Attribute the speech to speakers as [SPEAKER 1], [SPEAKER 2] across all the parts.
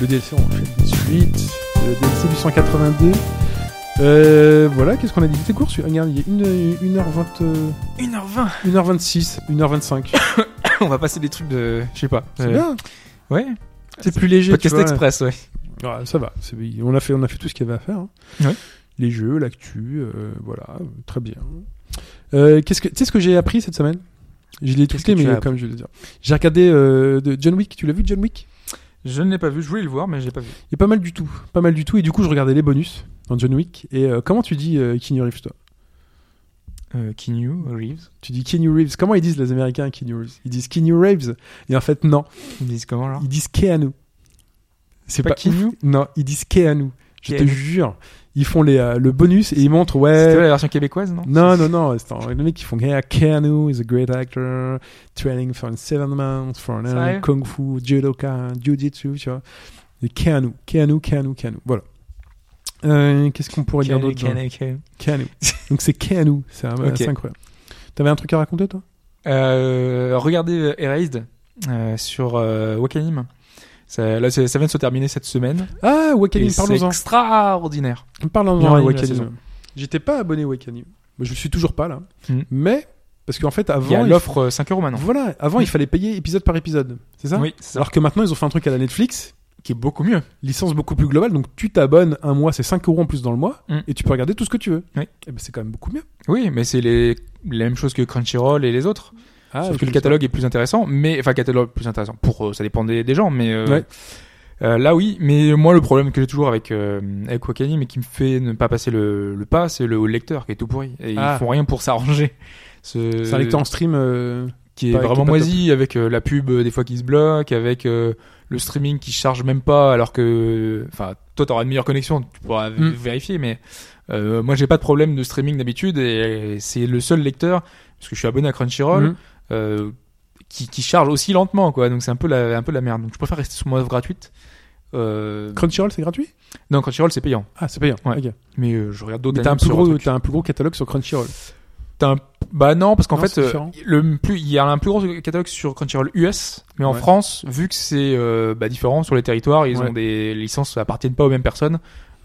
[SPEAKER 1] le DLC, on enchaîne tout de suite. Le DLC du 182. Euh, voilà, qu'est-ce qu'on a dit C'était court, celui- regarde, il est 1h20,
[SPEAKER 2] 1h20
[SPEAKER 1] 1h26, 1h25.
[SPEAKER 2] On va passer des trucs de. Je sais pas.
[SPEAKER 1] C'est
[SPEAKER 2] euh,
[SPEAKER 1] bien,
[SPEAKER 2] Ouais.
[SPEAKER 1] c'est plus léger.
[SPEAKER 2] Podcast
[SPEAKER 1] tu vois.
[SPEAKER 2] Express, ouais.
[SPEAKER 1] Ouais, ça va, c'est- on a, fait, on a fait tout ce qu'il y avait à faire. hein.
[SPEAKER 2] Ouais.
[SPEAKER 1] Les jeux, l'actu, euh, voilà, euh, très bien. Euh, qu'est-ce que, tu sais ce que j'ai appris cette semaine Je l'ai
[SPEAKER 2] Qu'est-ce
[SPEAKER 1] testé,
[SPEAKER 2] que tu
[SPEAKER 1] mais
[SPEAKER 2] as
[SPEAKER 1] euh, comme je vais le dire. J'ai regardé euh, de John Wick, tu l'as vu John Wick
[SPEAKER 2] Je ne l'ai pas vu, je voulais le voir, mais je l'ai pas vu.
[SPEAKER 1] Il est pas mal du tout, pas mal du tout, et du coup je regardais les bonus dans John Wick, et euh, comment tu dis euh, Keanu Reeves toi
[SPEAKER 2] Euh, Keanu Reeves.
[SPEAKER 1] Tu dis Keanu Reeves, comment ils disent les Américains Keanu Reeves Ils disent Keanu Reeves, et en fait non,
[SPEAKER 2] Ils disent comment alors
[SPEAKER 1] ils disent Keanu. C'est
[SPEAKER 2] Hein? Pas
[SPEAKER 1] pas,
[SPEAKER 2] Keanu
[SPEAKER 1] ouf. Non, ils disent Keanu, je te
[SPEAKER 2] Keanu.
[SPEAKER 1] jure. Ils font les, euh, le bonus et ils montrent, ouais,
[SPEAKER 2] C'était la version québécoise, non
[SPEAKER 1] Non, non, non. C'est un- les mecs qui font Yeah, Keanu is a great actor, training for seven months for an
[SPEAKER 2] Sérieux
[SPEAKER 1] kung fu, judoka, jujitsu, tu vois. Et Keanu, Keanu, Keanu, Keanu. Voilà. Euh, Qu'est-ce qu'on pourrait dire
[SPEAKER 2] Keanu,
[SPEAKER 1] d'autre genre
[SPEAKER 2] Keanu, Keanu.
[SPEAKER 1] Keanu. Donc c'est Keanu, c'est un-
[SPEAKER 2] Ok.
[SPEAKER 1] c'est incroyable. T'avais un truc à raconter toi
[SPEAKER 2] Euh, regardez euh, Erased euh, sur euh, Wakanim. Ça, là, c'est- ça vient de se terminer cette semaine.
[SPEAKER 1] Ah,
[SPEAKER 2] Et
[SPEAKER 1] Wakanim,
[SPEAKER 2] c'est
[SPEAKER 1] parlons-en.
[SPEAKER 2] extraordinaire. Bien
[SPEAKER 1] Parlons-en à
[SPEAKER 2] arrivé la
[SPEAKER 1] Wakanim.
[SPEAKER 2] saison.
[SPEAKER 1] J'étais pas abonné à Wakanim. Moi, Je le suis toujours pas là.
[SPEAKER 2] Hmm.
[SPEAKER 1] Mais, parce qu'en fait, avant.
[SPEAKER 2] Il y a
[SPEAKER 1] il-
[SPEAKER 2] l'offre euh, 5 euros maintenant.
[SPEAKER 1] Voilà, avant il fallait payer épisode par épisode, c'est ça
[SPEAKER 2] Oui, c'est ça.
[SPEAKER 1] Alors que maintenant ils ont fait un truc à la Netflix,
[SPEAKER 2] Qui est beaucoup mieux.
[SPEAKER 1] licence beaucoup plus globale. Donc tu t'abonnes un mois, c'est 5 euros en plus dans le mois,
[SPEAKER 2] Mm.
[SPEAKER 1] et tu peux regarder tout ce que tu veux.
[SPEAKER 2] Oui.
[SPEAKER 1] Et ben, c'est quand même beaucoup mieux.
[SPEAKER 2] Oui, mais c'est les, la même chose que Crunchyroll et les autres.
[SPEAKER 1] Ah,
[SPEAKER 2] Sauf que le catalogue est plus intéressant, mais enfin catalogue plus intéressant. Pour euh, ça dépend des, des gens, mais euh,
[SPEAKER 1] Ouais.
[SPEAKER 2] euh, là oui. Mais moi le problème que j'ai toujours avec euh, avec Wakani, mais qui me fait ne pas passer le, le pas, c'est le lecteur qui est tout pourri. Et
[SPEAKER 1] Ah.
[SPEAKER 2] ils font rien pour s'arranger. Ce-
[SPEAKER 1] C'est un lecteur en stream. euh,
[SPEAKER 2] qui est
[SPEAKER 1] Pareil, qui est
[SPEAKER 2] vraiment
[SPEAKER 1] pas
[SPEAKER 2] moisi avec euh, la pub euh, des fois qui se bloque, avec euh, le streaming qui charge même pas alors que enfin toi t'auras une meilleure connexion, tu pourras v-
[SPEAKER 1] Mm.
[SPEAKER 2] vérifier mais euh, moi j'ai pas de problème de streaming d'habitude et c'est le seul lecteur parce que je suis abonné à Crunchyroll
[SPEAKER 1] Mhm.
[SPEAKER 2] euh, qui, qui charge aussi lentement quoi donc c'est un peu la un peu la merde donc je préfère rester sur mon offre gratuite. Euh,
[SPEAKER 1] Crunchyroll, c'est gratuit
[SPEAKER 2] non Crunchyroll c'est payant
[SPEAKER 1] Ah, c'est payant.
[SPEAKER 2] Ouais.
[SPEAKER 1] ok.
[SPEAKER 2] mais euh, je regarde d'autres.
[SPEAKER 1] Mais t'as un,
[SPEAKER 2] animes
[SPEAKER 1] plus
[SPEAKER 2] sur
[SPEAKER 1] gros,
[SPEAKER 2] autre truc.
[SPEAKER 1] t'as un plus gros catalogue sur Crunchyroll.
[SPEAKER 2] T'as un- Bah non, parce qu'en
[SPEAKER 1] Non,
[SPEAKER 2] fait,
[SPEAKER 1] c'est
[SPEAKER 2] euh,
[SPEAKER 1] différent.
[SPEAKER 2] le plus, il y a un plus gros catalogue sur Crunchyroll US, mais en
[SPEAKER 1] Ouais.
[SPEAKER 2] France, vu que c'est euh, bah, différent sur les territoires, ils
[SPEAKER 1] Ouais.
[SPEAKER 2] ont des licences qui appartiennent pas aux mêmes personnes.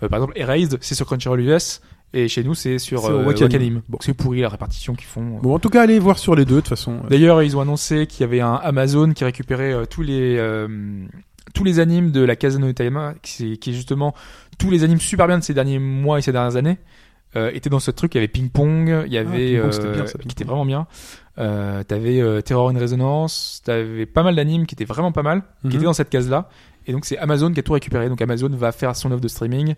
[SPEAKER 2] Euh, par exemple, Erased, c'est sur Crunchyroll US, et chez nous, c'est sur
[SPEAKER 1] C'est au
[SPEAKER 2] euh,
[SPEAKER 1] Wakanim.
[SPEAKER 2] Wakanim. Bon, c'est pourri la répartition qu'ils font.
[SPEAKER 1] Bon, en tout cas, allez voir sur les deux de toute façon.
[SPEAKER 2] D'ailleurs, ils ont annoncé qu'il y avait un Amazon qui récupérait euh, tous les euh, tous les animes de la Casa no Taima, qui, c'est- qui est justement tous les animes super bien de ces derniers mois et ces dernières années. Euh, étaient dans ce truc, il y avait Ping Pong, il y avait
[SPEAKER 1] Ah, Ping Pong, c'était
[SPEAKER 2] euh,
[SPEAKER 1] bien, ça, Ping
[SPEAKER 2] qui était
[SPEAKER 1] Pong.
[SPEAKER 2] vraiment bien. Euh, t'avais euh, Terror in Resonance, t'avais pas mal d'animes qui étaient vraiment pas mal,
[SPEAKER 1] Mhm.
[SPEAKER 2] qui étaient dans cette case là. Et donc c'est Amazon qui a tout récupéré. Donc Amazon va faire son offre de streaming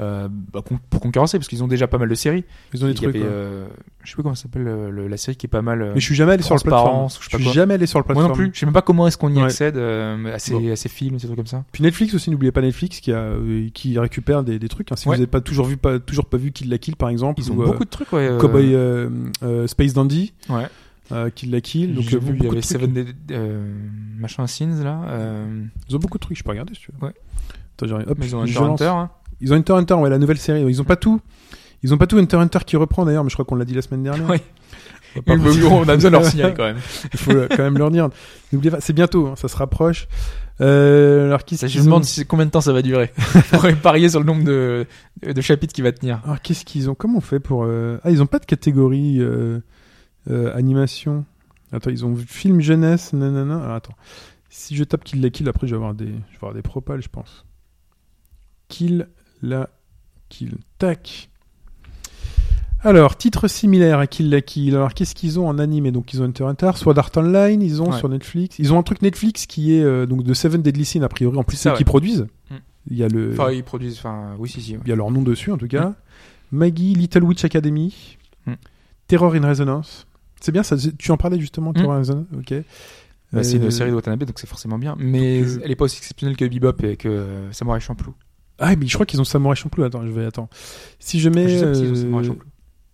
[SPEAKER 2] euh, bah, con- pour concurrencer parce qu'ils ont déjà pas mal de séries.
[SPEAKER 1] Ils ont des
[SPEAKER 2] Il y
[SPEAKER 1] trucs.
[SPEAKER 2] avait,
[SPEAKER 1] quoi.
[SPEAKER 2] euh, je sais plus comment ça s'appelle euh, le- la série qui est pas mal. euh,
[SPEAKER 1] Mais je suis jamais allé sur le plateforme.
[SPEAKER 2] Transparence, ou je sais
[SPEAKER 1] Je
[SPEAKER 2] pas
[SPEAKER 1] suis
[SPEAKER 2] quoi.
[SPEAKER 1] jamais allé sur le
[SPEAKER 2] moi
[SPEAKER 1] plateforme.
[SPEAKER 2] non plus, je sais même pas comment est-ce qu'on y
[SPEAKER 1] Ouais.
[SPEAKER 2] accède euh, à, ces,
[SPEAKER 1] Bon.
[SPEAKER 2] à ces films, ces trucs comme ça.
[SPEAKER 1] Puis Netflix aussi, n'oubliez pas Netflix qui, a, euh, qui récupère des, des trucs. hein. Si
[SPEAKER 2] Ouais.
[SPEAKER 1] vous n'avez pas toujours vu, pas toujours pas vu Kill la Kill par exemple,
[SPEAKER 2] Ils ont
[SPEAKER 1] ou, euh,
[SPEAKER 2] beaucoup de trucs, ouais. euh,
[SPEAKER 1] Cowboy euh, euh, Space Dandy,
[SPEAKER 2] Ouais.
[SPEAKER 1] euh, Kill la Kill. Donc
[SPEAKER 2] J'ai
[SPEAKER 1] euh,
[SPEAKER 2] vu, il y
[SPEAKER 1] beaucoup de
[SPEAKER 2] avait
[SPEAKER 1] trucs.
[SPEAKER 2] Seven Dead, euh, machin Sins là. Euh,
[SPEAKER 1] Ils ont beaucoup de trucs, je peux regarder si tu veux.
[SPEAKER 2] Ouais.
[SPEAKER 1] Attends, j'ai- hop,
[SPEAKER 2] mais ils ont
[SPEAKER 1] je
[SPEAKER 2] Hunter,
[SPEAKER 1] lance.
[SPEAKER 2] Hunter, hein.
[SPEAKER 1] Ils ont Hunter x Hunter, ouais, la nouvelle série. Ils ont pas tout. Ils ont pas tout Hunter x Hunter qui reprend d'ailleurs, mais je crois qu'on l'a dit la semaine dernière.
[SPEAKER 2] Ouais.
[SPEAKER 1] On va pas-
[SPEAKER 2] On a besoin de leur signaler quand même.
[SPEAKER 1] Il faut euh, quand même leur dire. N'oubliez pas, c'est bientôt, hein, ça se rapproche. Euh, alors qui
[SPEAKER 2] Ça, je me demande si- combien de temps ça va durer. On pourrait parier sur le nombre de, de chapitres qui va tenir.
[SPEAKER 1] Alors Ah, qu'est-ce qu'ils ont Comment on fait pour euh, Ah, ils ont pas de catégorie euh, euh, animation. Attends, ils ont film jeunesse, nanana. Alors, attends. Si je tape Kill la Kill, après je vais avoir des, je vais avoir des propales, je pense. Kill la Kill. Tac. Alors, titre similaire à Kill la Kill. Alors, qu'est-ce qu'ils ont en animé Donc, ils ont Hunter x Hunter, Sword Art Online, ils ont
[SPEAKER 2] Ouais.
[SPEAKER 1] sur Netflix. Ils ont un truc Netflix qui est euh, donc de Seven Deadly Sins, a priori. En plus,
[SPEAKER 2] C'est ça,
[SPEAKER 1] c'est eux qui
[SPEAKER 2] ouais.
[SPEAKER 1] produisent.
[SPEAKER 2] Mm.
[SPEAKER 1] Il y a le.
[SPEAKER 2] Enfin, ils produisent, enfin, oui, si, si. ouais.
[SPEAKER 1] Il y a leur nom dessus, en tout cas. Maggie, Little Witch Academy,
[SPEAKER 2] Mm.
[SPEAKER 1] Terror in Resonance. C'est bien, ça, tu en parlais justement, Terror in Resonance. Ok.
[SPEAKER 2] Mm. Bah,
[SPEAKER 1] Euh,
[SPEAKER 2] c'est une série de Watanabe, donc c'est forcément bien. Mais
[SPEAKER 1] Donc, euh,
[SPEAKER 2] elle est pas aussi exceptionnelle que Bebop et que euh, Samurai Champloo.
[SPEAKER 1] Ah, mais je crois qu'ils ont Samurai Champloo. Attends, je vais. Attends. Si je mets
[SPEAKER 2] Ah, Je sais pas s'ils ont Samurai
[SPEAKER 1] euh,
[SPEAKER 2] Champloo.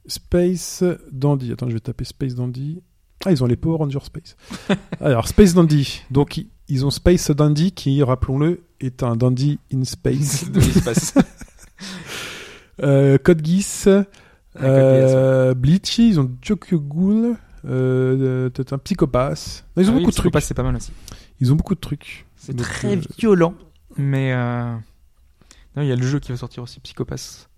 [SPEAKER 1] Space Dandy. Attends, je vais taper Space Dandy. Ah, ils ont les Power Rangers Space. Alors, Space Dandy. Donc, i- ils ont Space Dandy qui, rappelons-le, est un dandy in space.
[SPEAKER 2] De l'espace.
[SPEAKER 1] Euh, Code Geass, euh, Bleach, ils ont Jokugul, euh, peut-être un Psychopass. Non, Ils ont
[SPEAKER 2] Ah oui,
[SPEAKER 1] beaucoup de trucs.
[SPEAKER 2] Psychopass, c'est pas mal aussi.
[SPEAKER 1] Ils ont beaucoup de trucs.
[SPEAKER 2] C'est
[SPEAKER 1] Donc,
[SPEAKER 2] très
[SPEAKER 1] euh,
[SPEAKER 2] violent. Mais euh, non, il y a le jeu qui va sortir aussi, Psychopass.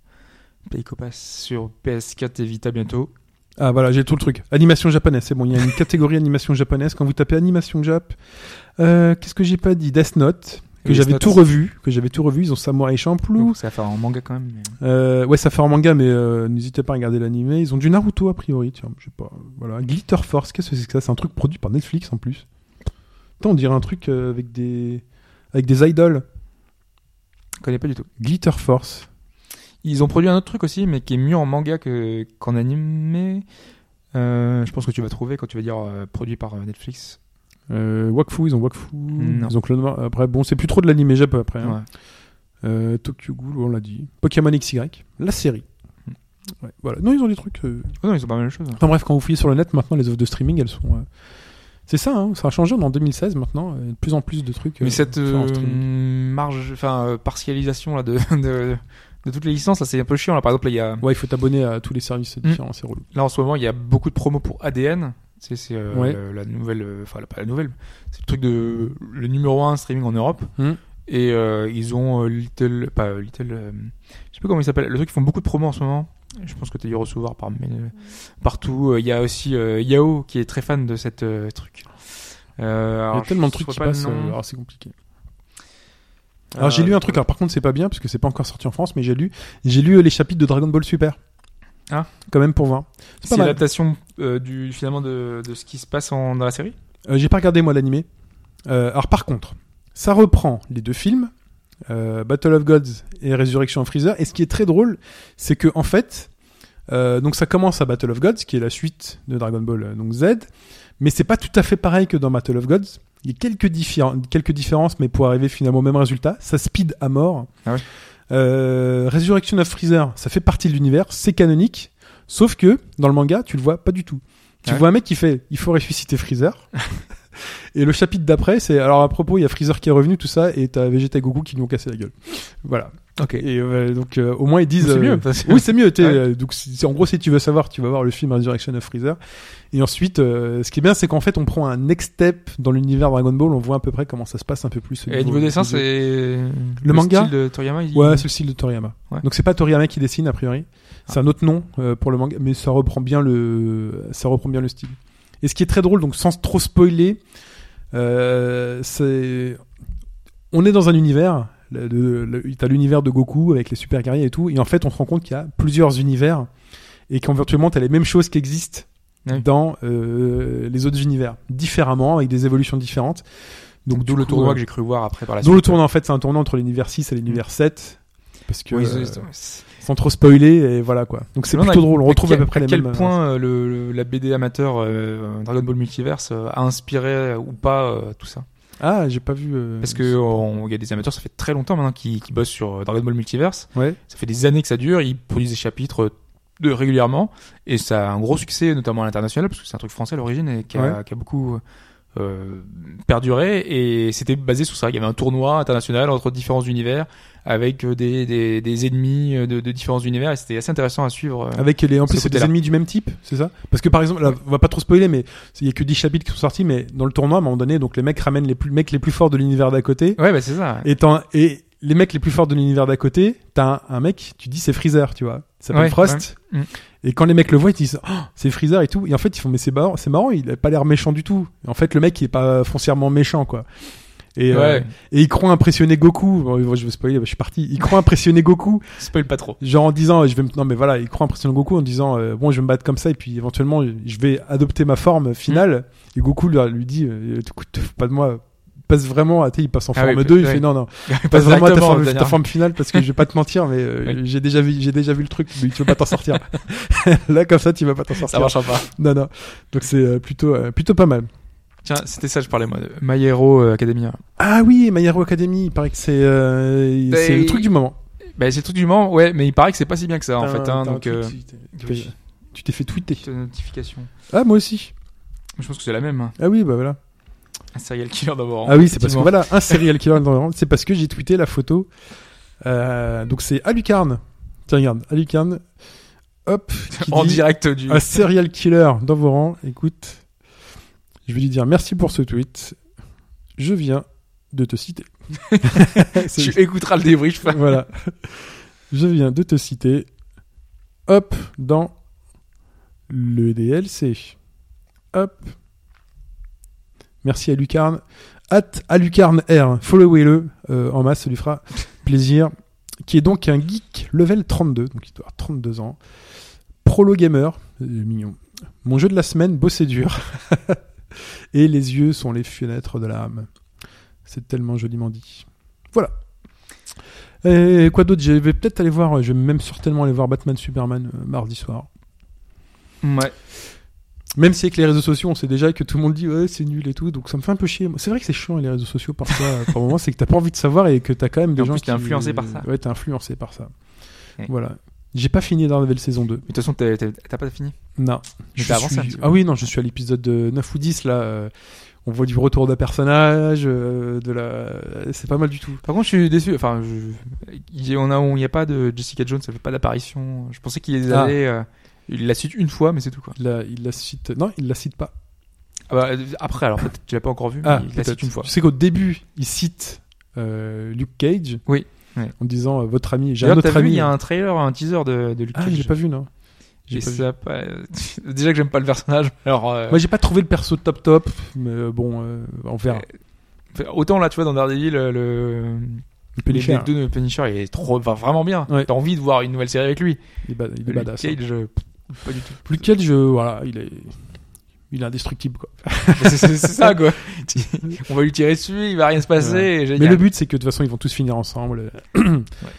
[SPEAKER 2] Psychopass sur PS4 et Vita bientôt.
[SPEAKER 1] Ah voilà, j'ai tout le truc. Animation japonaise, c'est bon, il y a une catégorie animation japonaise. Quand vous tapez animation jap, euh, qu'est-ce que j'ai pas dit Death Note, que
[SPEAKER 2] Death
[SPEAKER 1] j'avais
[SPEAKER 2] Note.
[SPEAKER 1] tout revu, que j'avais tout revu, ils ont Samurai Champloo.
[SPEAKER 2] Donc, ça va faire en manga quand même. mais-
[SPEAKER 1] Euh, ouais, ça fait en manga, mais euh, n'hésitez pas à regarder l'anime. Ils ont du Naruto a priori, tiens, je sais pas. Voilà, Glitter Force, qu'est-ce que c'est que ça C'est un truc produit par Netflix en plus. Putain, on dirait un truc euh, avec des avec des idoles.
[SPEAKER 2] Je connais pas du tout.
[SPEAKER 1] Glitter Force.
[SPEAKER 2] Ils ont produit un autre truc aussi, mais qui est mieux en manga que- qu'en animé. Euh, je pense que tu vas trouver quand tu vas dire euh, produit par euh, Netflix.
[SPEAKER 1] Euh, Wakfu, ils ont Wakfu.
[SPEAKER 2] Non.
[SPEAKER 1] Ils ont Clone Wars. Après, bon, c'est plus trop de l'anime Jap après. hein.
[SPEAKER 2] Ouais.
[SPEAKER 1] Euh, Tokyo Ghoul, on l'a dit. Pokémon XY, la série.
[SPEAKER 2] Hmm.
[SPEAKER 1] Ouais, voilà. Non, ils ont des trucs. euh,
[SPEAKER 2] Oh non, ils ont pas mal de choses.
[SPEAKER 1] Enfin bref, quand vous fouillez sur le net, maintenant les offres de streaming, elles sont. euh, C'est ça, hein, ça a changé. On est en 2016 maintenant. euh, de plus en plus de trucs. euh,
[SPEAKER 2] Mais cette
[SPEAKER 1] sont en
[SPEAKER 2] euh,
[SPEAKER 1] streaming.
[SPEAKER 2] marge, enfin euh, partialisation là de, de de toutes les licences, là c'est un peu chiant. Là, par exemple, là, il y a,
[SPEAKER 1] Ouais, il faut t'abonner à tous les services c'est
[SPEAKER 2] Mm.
[SPEAKER 1] différent, c'est relou.
[SPEAKER 2] là en ce moment, il y a beaucoup de promos pour ADN. C'est c'est, euh,
[SPEAKER 1] Ouais.
[SPEAKER 2] le- la nouvelle, euh, enfin la- pas la nouvelle, c'est le truc de le numéro un streaming en Europe.
[SPEAKER 1] Mm.
[SPEAKER 2] Et euh, ils ont euh, Little, pas euh, Little, euh, je sais plus comment il s'appelle. Le truc, ils font beaucoup de promos en ce moment. Je pense que tu as dû recevoir par, mais, euh, partout. Euh, Il y a aussi euh, Yao qui est très fan de cette euh, truc. Euh,
[SPEAKER 1] Il y a
[SPEAKER 2] alors,
[SPEAKER 1] tellement de
[SPEAKER 2] je
[SPEAKER 1] trucs qui
[SPEAKER 2] saurais pas le
[SPEAKER 1] passent,
[SPEAKER 2] nom. Euh,
[SPEAKER 1] euh, alors c'est compliqué. Alors j'ai lu un truc, hein. alors par contre c'est pas bien parce que c'est pas encore sorti en France, mais j'ai lu, j'ai lu euh, les chapitres de Dragon Ball Super.
[SPEAKER 2] Ah.
[SPEAKER 1] Quand même pour voir. C'est
[SPEAKER 2] C'est
[SPEAKER 1] pas mal.
[SPEAKER 2] l'adaptation euh, du finalement de, de ce qui se passe en, dans la série.
[SPEAKER 1] Euh, j'ai pas regardé moi l'animé. Euh, alors par contre, ça reprend les deux films, euh, Battle of Gods et Resurrection of Freezer. Et ce qui est très drôle, c'est que en fait, euh, donc ça commence à Battle of Gods, qui est la suite de Dragon Ball euh, donc Z, mais c'est pas tout à fait pareil que dans Battle of Gods. Il y a quelques, diffé- quelques différences, mais pour arriver finalement au même résultat, ça speed à mort.
[SPEAKER 2] Ah ouais.
[SPEAKER 1] Euh, Resurrection of Freezer, ça fait partie de l'univers, c'est canonique, sauf que dans le manga, tu le vois pas du tout. Tu
[SPEAKER 2] Ah ouais.
[SPEAKER 1] vois un mec qui fait il faut ressusciter Freezer. et le chapitre d'après, c'est alors à propos, il y a Freezer qui est revenu, tout ça, et t'as Vegeta et Goku qui lui ont cassé la gueule. Voilà.
[SPEAKER 2] Ok.
[SPEAKER 1] Et euh, donc euh, au moins ils disent.
[SPEAKER 2] C'est
[SPEAKER 1] euh,
[SPEAKER 2] mieux. parce que-
[SPEAKER 1] oui, c'est mieux. t'es,
[SPEAKER 2] Ouais.
[SPEAKER 1] euh, donc, si- si- en gros, si tu veux savoir, tu vas voir le film Resurrection of Freezer. Et ensuite, euh, ce qui est bien, c'est qu'en fait, on prend un next step dans l'univers Dragon Ball. On voit à peu près comment ça se passe un peu plus. au
[SPEAKER 2] Et niveau dessin,
[SPEAKER 1] niveau-
[SPEAKER 2] c'est le,
[SPEAKER 1] manga
[SPEAKER 2] style de Toriyama. il-
[SPEAKER 1] Ouais, c'est le style de Toriyama.
[SPEAKER 2] Ouais. Ah.
[SPEAKER 1] Donc c'est pas Toriyama qui dessine a priori, c'est un autre nom euh, pour le manga, mais ça reprend bien le, ça reprend bien le style. Et ce qui est très drôle, donc sans trop spoiler, euh, c'est, on est dans un univers, le- de- le- t'as l'univers de Goku avec les super guerriers et tout, et en fait on se rend compte qu'il y a plusieurs univers et qu'éventuellement t'as les mêmes choses qui existent
[SPEAKER 2] Ouais.
[SPEAKER 1] dans euh, les autres univers, différemment avec des évolutions différentes.
[SPEAKER 2] donc
[SPEAKER 1] du
[SPEAKER 2] d'où le
[SPEAKER 1] coup,
[SPEAKER 2] tournoi
[SPEAKER 1] euh,
[SPEAKER 2] que j'ai cru voir après par la
[SPEAKER 1] dont le
[SPEAKER 2] suite.
[SPEAKER 1] tournoi, en fait, c'est un tournoi entre l'univers 6 et l'univers 7. Parce que,
[SPEAKER 2] Oui,
[SPEAKER 1] euh,
[SPEAKER 2] c'est- c'est-
[SPEAKER 1] sans trop spoiler, et voilà quoi. Donc c'est
[SPEAKER 2] Je me demande
[SPEAKER 1] plutôt drôle, on retrouve à,
[SPEAKER 2] quel-
[SPEAKER 1] peu près les
[SPEAKER 2] quel
[SPEAKER 1] mêmes.
[SPEAKER 2] point euh, le, le- la BD amateur euh, Dragon Ball Multiverse euh, a inspiré euh, ou pas euh, tout ça
[SPEAKER 1] Ah, j'ai pas vu. euh,
[SPEAKER 2] Parce que on- il y a des amateurs, ça fait très longtemps maintenant qui, qui bossent sur euh, Dragon Ball Multiverse.
[SPEAKER 1] Ouais.
[SPEAKER 2] Ça fait des années que ça dure. Ils produisent des chapitres euh, de, régulièrement et ça a un gros succès, notamment à l'international, parce que c'est un truc français à l'origine et qui a, qui a beaucoup euh, perduré. Et c'était basé sur ça. Il y avait un tournoi international entre différents univers avec euh, des, des, des ennemis euh, de, de différents univers. Et c'était assez intéressant à suivre. euh.
[SPEAKER 1] Avec les, en
[SPEAKER 2] ce
[SPEAKER 1] plus, c'est des
[SPEAKER 2] côté-là.
[SPEAKER 1] ennemis du même type, c'est ça Parce que par exemple, là, on va pas trop spoiler, mais il y a que 10 chapitres qui sont sortis, mais dans le tournoi, à un moment donné, donc les mecs ramènent les plus, mecs les plus forts de l'univers d'à côté,
[SPEAKER 2] Ouais, bah c'est ça.
[SPEAKER 1] et, t'en- et les mecs les plus forts de l'univers d'à côté, t'as un, un mec, tu dis c'est Freezer, tu vois. Ça s'appelle
[SPEAKER 2] Ouais,
[SPEAKER 1] Frost.
[SPEAKER 2] ouais. Mm.
[SPEAKER 1] Et quand les mecs le voient, ils disent Oh, c'est Freezer et tout. Et en fait, ils font mais c'est marrant, c'est marrant, il a pas l'air méchant du tout. Et en fait, le mec il est pas foncièrement méchant quoi. Et, euh,
[SPEAKER 2] Ouais.
[SPEAKER 1] et il croit impressionner Goku. Bon, je vais spoiler, bah, je suis parti. Il croit impressionner Goku,
[SPEAKER 2] Spoil pas trop.
[SPEAKER 1] genre en disant je vais me... non mais voilà, il croit impressionner Goku en disant euh, bon je vais me battre comme ça et puis éventuellement je vais adopter ma forme finale.
[SPEAKER 2] Mm.
[SPEAKER 1] Et Goku lui, lui dit euh, écoute te fous pas de moi, passe vraiment, à- tu sais, il passe en
[SPEAKER 2] Ah
[SPEAKER 1] forme
[SPEAKER 2] oui,
[SPEAKER 1] 2, il
[SPEAKER 2] ouais.
[SPEAKER 1] fait non non
[SPEAKER 2] Pas
[SPEAKER 1] pas vraiment à ta
[SPEAKER 2] directement,
[SPEAKER 1] forme,
[SPEAKER 2] d'ailleurs.
[SPEAKER 1] ta forme finale parce que je vais pas te mentir, mais euh,
[SPEAKER 2] Ouais.
[SPEAKER 1] j'ai déjà vu, j'ai déjà vu le truc, mais tu veux pas t'en sortir. Là, comme ça, tu vas pas t'en
[SPEAKER 2] Ça
[SPEAKER 1] sortir.
[SPEAKER 2] marchera pas.
[SPEAKER 1] Non, non. Donc c'est euh, plutôt, euh, plutôt pas mal.
[SPEAKER 2] Tiens, c'était ça, je parlais moi. De My Hero euh, Academia.
[SPEAKER 1] Ah oui, My Hero Academy, il paraît que c'est, euh, c'est
[SPEAKER 2] They-
[SPEAKER 1] le truc du moment.
[SPEAKER 2] Bah, c'est tout du moment, ouais, mais il paraît que c'est pas si bien que ça en fait. Hein, donc, euh, oui.
[SPEAKER 1] tu t'es fait tweeter.
[SPEAKER 2] petite notification.
[SPEAKER 1] Ah moi aussi.
[SPEAKER 2] Je pense que c'est la même. hein.
[SPEAKER 1] Ah oui, bah voilà.
[SPEAKER 2] Un serial killer d'abord.
[SPEAKER 1] Ah oui, c'est parce que voilà, un serial killer dans c'est parce que j'ai tweeté la photo. Euh, donc c'est Alucard. Tiens, regarde, Alucard. Hop. qui
[SPEAKER 2] En
[SPEAKER 1] dit-
[SPEAKER 2] direct du.
[SPEAKER 1] un serial killer dans vos rangs, écoute, je vais lui dire merci pour ce tweet. Je viens de te citer. C'est-
[SPEAKER 2] tu écouteras le débrief.
[SPEAKER 1] voilà. Je viens de te citer. Hop dans le DLC. Hop. Merci à Lucarne. At à Lucarne R. Followez-le euh, en masse, ça lui fera plaisir. Qui est donc un geek level 32, donc il doit avoir 32 ans. Prolo gamer, euh, mignon. Mon jeu de la semaine, bosser dur. Et les yeux sont les fenêtres de l'âme. C'est tellement joliment dit. Et quoi d'autre Je vais peut-être aller voir, je vais même certainement aller voir Batman Superman euh, mardi soir.
[SPEAKER 2] Ouais.
[SPEAKER 1] Même si avec les réseaux sociaux, on sait déjà que tout le monde dit ouais, c'est nul et tout, donc ça me fait un peu chier. Moi, C'est vrai que c'est chiant les réseaux sociaux parfois, euh, par moment, c'est que t'as pas envie de savoir et que t'as quand même des
[SPEAKER 2] en
[SPEAKER 1] gens
[SPEAKER 2] plus,
[SPEAKER 1] qui.
[SPEAKER 2] t'es influencé par ça.
[SPEAKER 1] Ouais, t'es influencé par ça.
[SPEAKER 2] Ouais.
[SPEAKER 1] Voilà. J'ai pas fini Daredevil saison 2.
[SPEAKER 2] Mais de toute façon, t'as t'as- t'as pas fini.
[SPEAKER 1] Non. Je
[SPEAKER 2] t'as avancé
[SPEAKER 1] suis-
[SPEAKER 2] un petit peu.
[SPEAKER 1] Ah oui, non, je suis à l'épisode de 9 ou 10 là. euh, On voit du retour d'un personnage, euh, de la. C'est pas mal du tout.
[SPEAKER 2] Par contre, je suis déçu. Enfin, je- il y- on a, on n'y a pas de Jessica Jones. Ça fait pas d'apparition. Je pensais qu'il les
[SPEAKER 1] Ah.
[SPEAKER 2] avait. euh, il la cite une fois, mais c'est tout quoi.
[SPEAKER 1] Il la, il la cite. Non, il la cite pas.
[SPEAKER 2] Ah bah, euh, après, alors peut-être que tu l'as pas encore vu. mais il la
[SPEAKER 1] Ah, peut-être.
[SPEAKER 2] cite une fois.
[SPEAKER 1] Tu sais qu'au début, il cite euh, Luke Cage.
[SPEAKER 2] Oui, ouais.
[SPEAKER 1] En disant euh, votre ami, j'ai un
[SPEAKER 2] D'ailleurs,
[SPEAKER 1] autre
[SPEAKER 2] t'as vu,
[SPEAKER 1] ami.
[SPEAKER 2] il y a un trailer, un teaser de, de Luke
[SPEAKER 1] Ah,
[SPEAKER 2] Cage.
[SPEAKER 1] je l'ai pas vu non. J'ai
[SPEAKER 2] Et
[SPEAKER 1] pas vu.
[SPEAKER 2] ça a pas- Déjà que j'aime pas le personnage. Alors, euh,
[SPEAKER 1] Moi, j'ai pas trouvé le perso top top, mais euh, bon, euh, on verra.
[SPEAKER 2] Euh, autant là, tu vois, dans Daredevil, le, le
[SPEAKER 1] Le Punisher,
[SPEAKER 2] les deux de Punisher, il est trop, va vraiment bien.
[SPEAKER 1] Ouais.
[SPEAKER 2] T'as envie de voir une nouvelle série avec lui.
[SPEAKER 1] il est, ba- il est
[SPEAKER 2] Luke
[SPEAKER 1] badass. hein.
[SPEAKER 2] Cage, euh, pff, pas du tout.
[SPEAKER 1] Luke Cage, euh, voilà, il est, il est indestructible quoi.
[SPEAKER 2] c'est c'est- c'est ça quoi. On va lui tirer dessus, il va rien se passer.
[SPEAKER 1] Ouais.
[SPEAKER 2] et
[SPEAKER 1] Mais
[SPEAKER 2] génial.
[SPEAKER 1] le but, c'est que de toute façon, ils vont tous finir ensemble euh,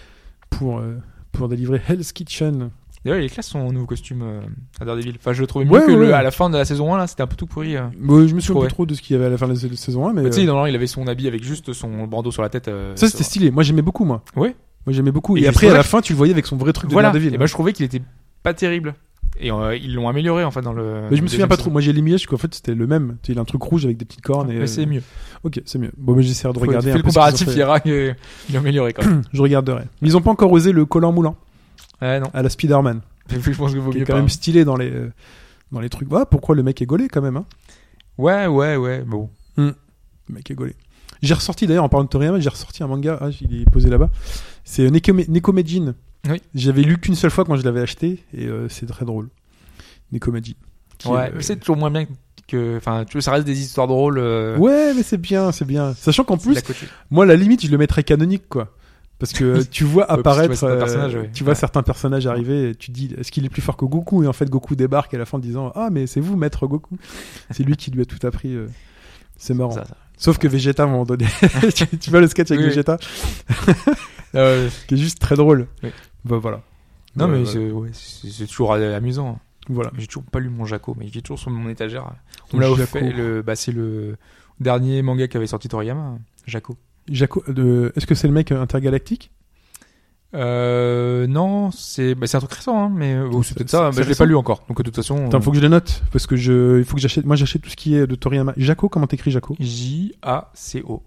[SPEAKER 1] pour euh, pour délivrer Hell's Kitchen.
[SPEAKER 2] D'ailleurs, il est classe son nouveau costume euh, à Daredevil. Enfin, je le trouvais mieux
[SPEAKER 1] Ouais,
[SPEAKER 2] que
[SPEAKER 1] ouais,
[SPEAKER 2] le-
[SPEAKER 1] ouais.
[SPEAKER 2] à la fin de la saison 1 là, c'était un peu tout pourri. euh.
[SPEAKER 1] Bon, je me souviens
[SPEAKER 2] Ouais.
[SPEAKER 1] plus trop de ce qu'il y avait à la fin de la sa- saison 1, mais
[SPEAKER 2] Bah, Tu
[SPEAKER 1] euh,
[SPEAKER 2] sais, normalement, il avait son habit avec juste son bandeau sur la tête. euh,
[SPEAKER 1] ça
[SPEAKER 2] sur-
[SPEAKER 1] c'était stylé. Moi, j'aimais beaucoup moi.
[SPEAKER 2] Ouais.
[SPEAKER 1] Moi, j'aimais beaucoup. Et,
[SPEAKER 2] Et
[SPEAKER 1] après,
[SPEAKER 2] c'est
[SPEAKER 1] à
[SPEAKER 2] vrai
[SPEAKER 1] la fin, tu le voyais avec son vrai truc
[SPEAKER 2] Voilà.
[SPEAKER 1] de Daredevil. hein.
[SPEAKER 2] Et bah, je trouvais qu'il était pas terrible. Et euh, ils l'ont amélioré en fait dans le.
[SPEAKER 1] Mais je me souviens pas
[SPEAKER 2] deuxième
[SPEAKER 1] trop. Moi, j'ai l'image qu'en fait, c'était le même. Tu sais, Il a un truc rouge avec des petites cornes.
[SPEAKER 2] saison.
[SPEAKER 1] Et,
[SPEAKER 2] Ah, Mais c'est
[SPEAKER 1] euh,
[SPEAKER 2] mieux.
[SPEAKER 1] Ok, c'est mieux. Bon, mais j'essaierai de
[SPEAKER 2] Faut-
[SPEAKER 1] regarder
[SPEAKER 2] fais
[SPEAKER 1] un
[SPEAKER 2] le
[SPEAKER 1] peu ce qu'ils ont
[SPEAKER 2] comparatif,
[SPEAKER 1] fait.
[SPEAKER 2] il y aura que- il a amélioré quand même.
[SPEAKER 1] Je regarderai. Mais ils ont pas encore osé le collant moulant
[SPEAKER 2] ouais, non.
[SPEAKER 1] à la Spider-Man,
[SPEAKER 2] Je pense que vaut
[SPEAKER 1] qui
[SPEAKER 2] mieux
[SPEAKER 1] est quand
[SPEAKER 2] pas.
[SPEAKER 1] même stylé dans les euh, dans les trucs. Voilà pourquoi le mec est gaulé quand même. Hein.
[SPEAKER 2] Ouais, ouais, ouais. Bon.
[SPEAKER 1] Le mec est gaulé. J'ai ressorti d'ailleurs en parlant de Toriyama, j'ai ressorti un manga. Ah, il est posé là-bas. C'est euh, Nekome- Nekomejin.
[SPEAKER 2] Oui.
[SPEAKER 1] J'avais lu qu'une seule fois quand je l'avais acheté et euh, c'est très drôle. Nekomejin. Qui, euh,
[SPEAKER 2] Ouais. mais C'est toujours moins bien que. Enfin, tu vois, ça reste des histoires drôles. euh,
[SPEAKER 1] ouais, mais c'est bien, c'est bien. Sachant qu'en
[SPEAKER 2] c'est de
[SPEAKER 1] plus,
[SPEAKER 2] la coachée.
[SPEAKER 1] Moi, à la limite, je le mettrais canonique, quoi. Parce que euh, tu vois
[SPEAKER 2] Ouais, parce que tu vois
[SPEAKER 1] apparaître,
[SPEAKER 2] certains
[SPEAKER 1] euh,
[SPEAKER 2] personnages, ouais.
[SPEAKER 1] tu vois
[SPEAKER 2] Ouais.
[SPEAKER 1] certains personnages arriver, et tu te dis, est-ce qu'il est plus fort que Goku Et en fait, Goku débarque à la fin en disant, ah mais c'est vous, maître Goku. C'est lui qui lui a tout appris. euh. C'est marrant.
[SPEAKER 2] Ça, ça.
[SPEAKER 1] Sauf que Vegeta, à un moment donné, tu, tu vois le sketch avec
[SPEAKER 2] Oui, oui.
[SPEAKER 1] Vegeta,
[SPEAKER 2] Euh,
[SPEAKER 1] qui est juste très drôle.
[SPEAKER 2] Oui.
[SPEAKER 1] Bah voilà.
[SPEAKER 2] non,
[SPEAKER 1] Ouais,
[SPEAKER 2] mais
[SPEAKER 1] voilà.
[SPEAKER 2] c'est- ouais, c'est c'est toujours euh, amusant.
[SPEAKER 1] voilà.
[SPEAKER 2] J'ai toujours pas lu mon Jaco, mais il est toujours sur mon étagère.
[SPEAKER 1] Ton
[SPEAKER 2] On l'a
[SPEAKER 1] Jaco.
[SPEAKER 2] offert. Le, bah, c'est le dernier manga qui avait sorti Toriyama, Jaco.
[SPEAKER 1] Jaco- euh, est-ce que c'est le mec intergalactique
[SPEAKER 2] Euh, non, c'est bah, c'est un truc récent, hein, mais euh, oh, c'est
[SPEAKER 1] C'est-
[SPEAKER 2] peut-être ça.
[SPEAKER 1] c'est
[SPEAKER 2] mais je l'ai
[SPEAKER 1] récent.
[SPEAKER 2] pas lu encore, donc de toute façon.
[SPEAKER 1] Attends, faut que je le note parce que je, il faut que j'achète. Moi, j'achète tout ce qui est de Toriyama. Jaco, comment t'écris Jaco
[SPEAKER 2] euh, J A C O.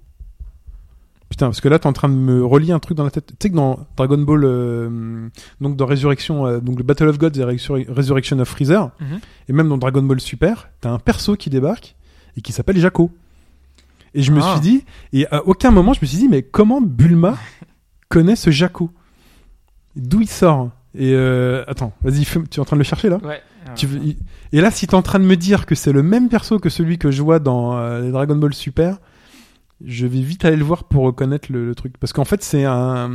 [SPEAKER 1] Putain, parce que là, t'es en train de me relier un truc dans la tête. Tu sais que dans Dragon Ball, euh, donc dans Résurrection, euh, donc le Battle of Gods et Resur- Resurrection of Freezer,
[SPEAKER 2] Mhm.
[SPEAKER 1] et même dans Dragon Ball Super, t'as un perso qui débarque et qui s'appelle Jaco. Et je me
[SPEAKER 2] Ah.
[SPEAKER 1] suis dit, et à aucun moment, je me suis dit, mais comment Bulma connaît ce Jaco D'où il sort Et euh, attends, vas-y, fais- tu es en train de le chercher là
[SPEAKER 2] Ouais.
[SPEAKER 1] tu veux- il- Et là, si t'es en train de me dire que c'est le même perso que celui que je vois dans euh, les Dragon Ball Super, je vais vite aller le voir pour reconnaître le, le truc. Parce qu'en fait, c'est un.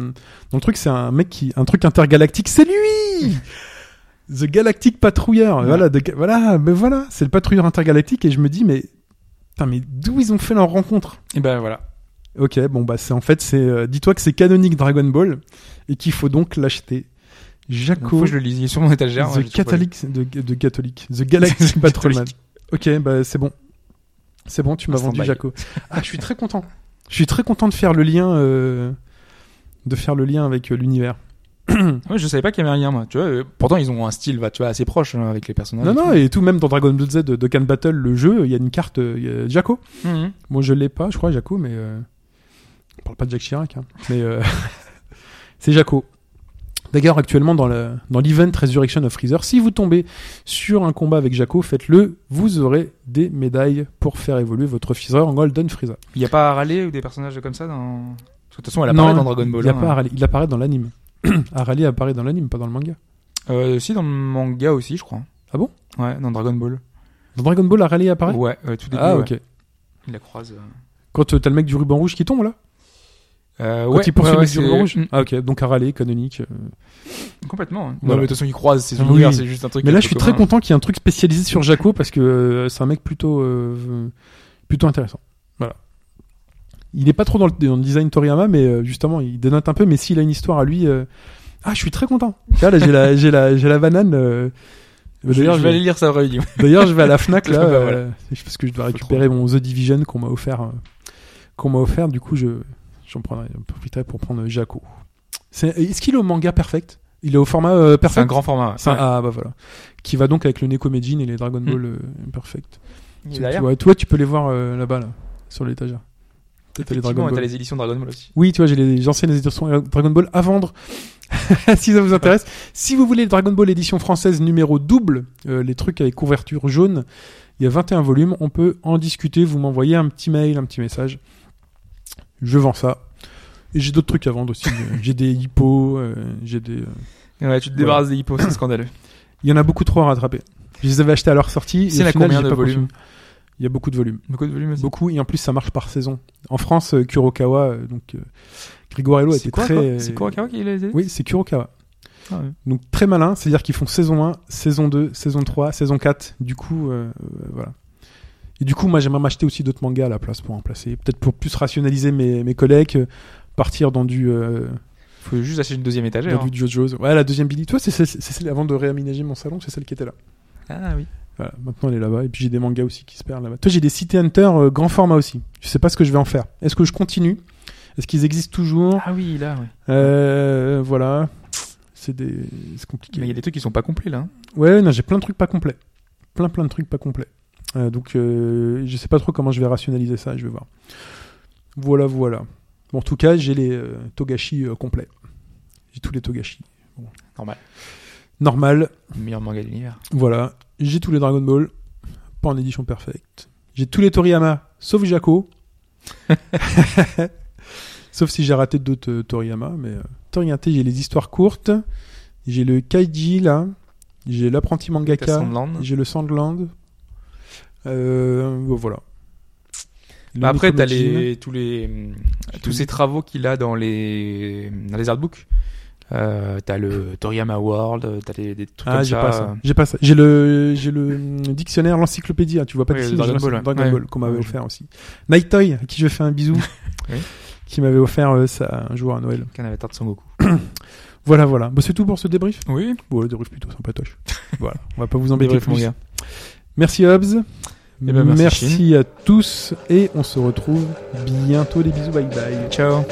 [SPEAKER 1] Dans le truc, c'est un mec qui. Un truc intergalactique. C'est lui The Galactic Patrouilleur. Voilà, de- voilà, mais voilà. C'est le patrouilleur intergalactique et je me dis, mais. Putain, mais d'où ils ont fait leur rencontre
[SPEAKER 2] Et ben voilà.
[SPEAKER 1] Ok, bon bah c'est en fait c'est euh, dis-toi que c'est canonique Dragon Ball et qu'il faut donc l'acheter.
[SPEAKER 2] Donc,
[SPEAKER 1] Jaco
[SPEAKER 2] faut que je le lise. Il est sur mon étagère. ouais, je
[SPEAKER 1] The
[SPEAKER 2] l'ai toujours pas lu.
[SPEAKER 1] Catholic, de, de catholique, The Galactic
[SPEAKER 2] The
[SPEAKER 1] Patrolman. Ok, bah c'est bon, c'est bon, tu m'as
[SPEAKER 2] Un
[SPEAKER 1] vendu
[SPEAKER 2] stand-by.
[SPEAKER 1] Jaco. Ah, je suis très content. Je suis très content de faire le lien, euh, de faire le lien avec euh, l'univers.
[SPEAKER 2] Ouais, je savais pas qu'il y avait un lien, moi. Tu vois, euh, pourtant, ils ont un style va, tu vois, assez proche hein, avec les personnages.
[SPEAKER 1] non,
[SPEAKER 2] et
[SPEAKER 1] non, et tout même dans Dragon Ball Z, de Dokkan Battle, le jeu, il y a une carte euh, il y a Jaco.
[SPEAKER 2] tout. Mhm.
[SPEAKER 1] Moi, je l'ai pas, je crois Jaco, mais euh, on parle pas de Jacques Chirac, hein. mais euh, c'est Jaco. D'ailleurs, actuellement, dans le- dans l'event Resurrection of Freezer, si vous tombez sur un combat avec Jaco, faites-le. Vous aurez des médailles pour faire évoluer votre Freezer en Golden Freezer.
[SPEAKER 2] Il n'y a pas à râler ou des personnages comme ça dans. Parce que de toute façon, elle
[SPEAKER 1] Non,
[SPEAKER 2] apparaît dans Dragon Ball.
[SPEAKER 1] Il,
[SPEAKER 2] hein.
[SPEAKER 1] apparaît, il apparaît dans l'anime. Arali apparaît dans l'anime, pas dans le manga.
[SPEAKER 2] Euh, si, dans le manga aussi, je crois.
[SPEAKER 1] Ah bon
[SPEAKER 2] Ouais, dans Dragon Ball.
[SPEAKER 1] Dans Dragon Ball, Arali apparaît
[SPEAKER 2] Ouais, euh, tout début.
[SPEAKER 1] Ah,
[SPEAKER 2] ouais.
[SPEAKER 1] ok.
[SPEAKER 2] Il la croise. euh.
[SPEAKER 1] Quand euh, t'as le mec du ruban rouge qui tombe, là
[SPEAKER 2] Euh,
[SPEAKER 1] Quand il poursuit
[SPEAKER 2] ouais,
[SPEAKER 1] le mec du
[SPEAKER 2] c'est-
[SPEAKER 1] ruban rouge
[SPEAKER 2] Mm,
[SPEAKER 1] Ah, ok. Donc Arali, canonique. euh.
[SPEAKER 2] Complètement. hein.
[SPEAKER 1] Voilà. Ah
[SPEAKER 2] Non, mais de toute façon, il croise, c'est son
[SPEAKER 1] Oui.
[SPEAKER 2] univers, c'est juste un truc.
[SPEAKER 1] Mais là,
[SPEAKER 2] un
[SPEAKER 1] je
[SPEAKER 2] peu
[SPEAKER 1] suis très
[SPEAKER 2] commun.
[SPEAKER 1] content qu'il y ait un truc spécialisé sur Jaco parce que euh, c'est un mec plutôt, euh, plutôt intéressant. Voilà. Il n'est pas trop dans le, dans le design Toriyama, mais euh, justement, il dénote un peu. Mais s'il a une histoire à lui, euh, ah, je suis très content. Tu vois, là, j'ai la, j'ai la, j'ai la banane. euh,
[SPEAKER 2] Je,
[SPEAKER 1] D'ailleurs,
[SPEAKER 2] je
[SPEAKER 1] je-
[SPEAKER 2] vais aller lire sa review.
[SPEAKER 1] d'ailleurs, je vais à la Fnac là,
[SPEAKER 2] Bah,
[SPEAKER 1] euh,
[SPEAKER 2] voilà.
[SPEAKER 1] je- parce que je dois récupérer mon The Division qu'on m'a offert, euh, qu'on m'a offert. Du coup, je, j'en prendrai, j'en profiterai pour prendre Jaco. C'est, est-ce qu'il est au manga perfect Il est au format euh,
[SPEAKER 2] C'est un
[SPEAKER 1] perfect
[SPEAKER 2] grand format. ouais.
[SPEAKER 1] c'est un-
[SPEAKER 2] Ouais.
[SPEAKER 1] Ah bah voilà. Qui va donc avec le Nekomejin et les Dragon
[SPEAKER 2] Hmm.
[SPEAKER 1] Ball euh, Perfect.
[SPEAKER 2] Il est
[SPEAKER 1] Tu, tu
[SPEAKER 2] derrière.
[SPEAKER 1] vois, toi, tu peux les voir euh, là-bas, là, sur l'étagère. Toi, t'as les Dragon
[SPEAKER 2] Effectivement, t'as
[SPEAKER 1] Ball.
[SPEAKER 2] les éditions Dragon Ball aussi.
[SPEAKER 1] Oui, tu vois, j'ai les anciennes éditions euh, Dragon Ball à vendre. si ça vous intéresse. Si vous voulez le Dragon Ball édition française numéro double, euh, les trucs avec couverture jaune, il y a 21 volumes, on peut en discuter, vous m'envoyez un petit mail, un petit message. Je vends ça. Et j'ai d'autres trucs à vendre aussi. Euh, j'ai des hippos, euh, j'ai des... euh,
[SPEAKER 2] Ouais, tu te débarrasses des hippos, c'est scandaleux.
[SPEAKER 1] il y en a beaucoup trop à rattraper. Je les avais achetés à leur sortie. et
[SPEAKER 2] C'est
[SPEAKER 1] au
[SPEAKER 2] la
[SPEAKER 1] final,
[SPEAKER 2] combien
[SPEAKER 1] j'ai
[SPEAKER 2] de
[SPEAKER 1] pas
[SPEAKER 2] volumes
[SPEAKER 1] continué. Il y a beaucoup de volumes.
[SPEAKER 2] Beaucoup de volume aussi.
[SPEAKER 1] Beaucoup, et en plus, ça marche par saison. En France, euh, Kurokawa, euh, donc euh, Grigorello
[SPEAKER 2] C'est
[SPEAKER 1] était
[SPEAKER 2] quoi,
[SPEAKER 1] très.
[SPEAKER 2] quoi C'est Kurokawa qui les a
[SPEAKER 1] Oui, c'est Kurokawa.
[SPEAKER 2] Ah ouais.
[SPEAKER 1] Donc très malin, c'est-à-dire qu'ils font saison 1, saison 2, saison 3, saison 4. Du coup, euh, euh, voilà. Et du coup, moi, j'aimerais m'acheter aussi d'autres mangas à la place pour remplacer. Peut-être pour plus rationaliser mes, mes collègues, euh, partir dans du. euh,
[SPEAKER 2] Faut juste acheter une deuxième étagère. hein.
[SPEAKER 1] dans du JoJo's. Ouais, la deuxième Billy. Toi, c'est c'est- c'est celle avant de réaménager mon salon, c'est celle qui était là.
[SPEAKER 2] Ah oui.
[SPEAKER 1] Voilà, maintenant elle est là-bas. Et puis j'ai des mangas aussi qui se perdent là-bas. Toi, j'ai des City Hunter euh, grand format aussi. Je sais pas ce que je vais en faire. Est-ce que je continue Est-ce qu'ils existent toujours
[SPEAKER 2] Ah oui, là, oui.
[SPEAKER 1] Euh, Voilà. C'est des... c'est compliqué.
[SPEAKER 2] Mais il y a des trucs qui sont pas complets là. hein.
[SPEAKER 1] Ouais, non, j'ai plein de trucs pas complets. Plein, plein de trucs pas complets. Euh, donc, euh, je sais pas trop comment je vais rationaliser ça. Je vais voir. Voilà, voilà. Bon, en tout cas, j'ai les euh, Togashi euh, complets. J'ai tous les Togashi. Bon.
[SPEAKER 2] Normal.
[SPEAKER 1] Normal.
[SPEAKER 2] Le meilleur manga de l'univers.
[SPEAKER 1] Voilà, j'ai tous les Dragon Ball, pas en édition perfecte. J'ai tous les Toriyama, sauf Jaco. sauf si j'ai raté d'autres euh, Toriyama, mais euh, Toriyama, j'ai les histoires courtes, j'ai le Kaiji là, j'ai l'apprenti
[SPEAKER 2] T'as
[SPEAKER 1] mangaka,
[SPEAKER 2] Sandland.
[SPEAKER 1] j'ai le Sandland. Euh, bon, voilà. Le
[SPEAKER 2] Bah après, t'as
[SPEAKER 1] Nikomajin.
[SPEAKER 2] les, tous les, hum,
[SPEAKER 1] Je
[SPEAKER 2] tous
[SPEAKER 1] te
[SPEAKER 2] ces travaux qu'il a dans les, dans les artbooks. Euh, t'as le Toriyama World, t'as les- des trucs
[SPEAKER 1] Ah,
[SPEAKER 2] comme
[SPEAKER 1] j'ai
[SPEAKER 2] ça. euh,
[SPEAKER 1] pas ça. J'ai pas ça. J'ai le, j'ai le hum, dictionnaire, l'encyclopédie. hein, tu vois pas
[SPEAKER 2] Oui,
[SPEAKER 1] d'ici,
[SPEAKER 2] le
[SPEAKER 1] mais j'ai
[SPEAKER 2] Dragon Ball,
[SPEAKER 1] l'encycl-
[SPEAKER 2] ouais.
[SPEAKER 1] Dragon
[SPEAKER 2] Ouais.
[SPEAKER 1] Ball qu'on m'avait
[SPEAKER 2] Ouais,
[SPEAKER 1] offert aussi. Night Toy, à qui je fais un bisou,
[SPEAKER 2] Oui.
[SPEAKER 1] qui m'avait offert euh, ça un jour à Noël.
[SPEAKER 2] Qu'un avatar de Son Goku.
[SPEAKER 1] Voilà, voilà. Bon, c'est tout pour ce débrief.
[SPEAKER 2] Oui,
[SPEAKER 1] Bon, le débrief plutôt sympatoche. voilà, on va pas vous embêter
[SPEAKER 2] débrief
[SPEAKER 1] plus.
[SPEAKER 2] manga.
[SPEAKER 1] Merci Hobbs.
[SPEAKER 2] Eh ben, merci,
[SPEAKER 1] merci à tous et on se retrouve bientôt. Les bisous, bye bye.
[SPEAKER 2] Ciao.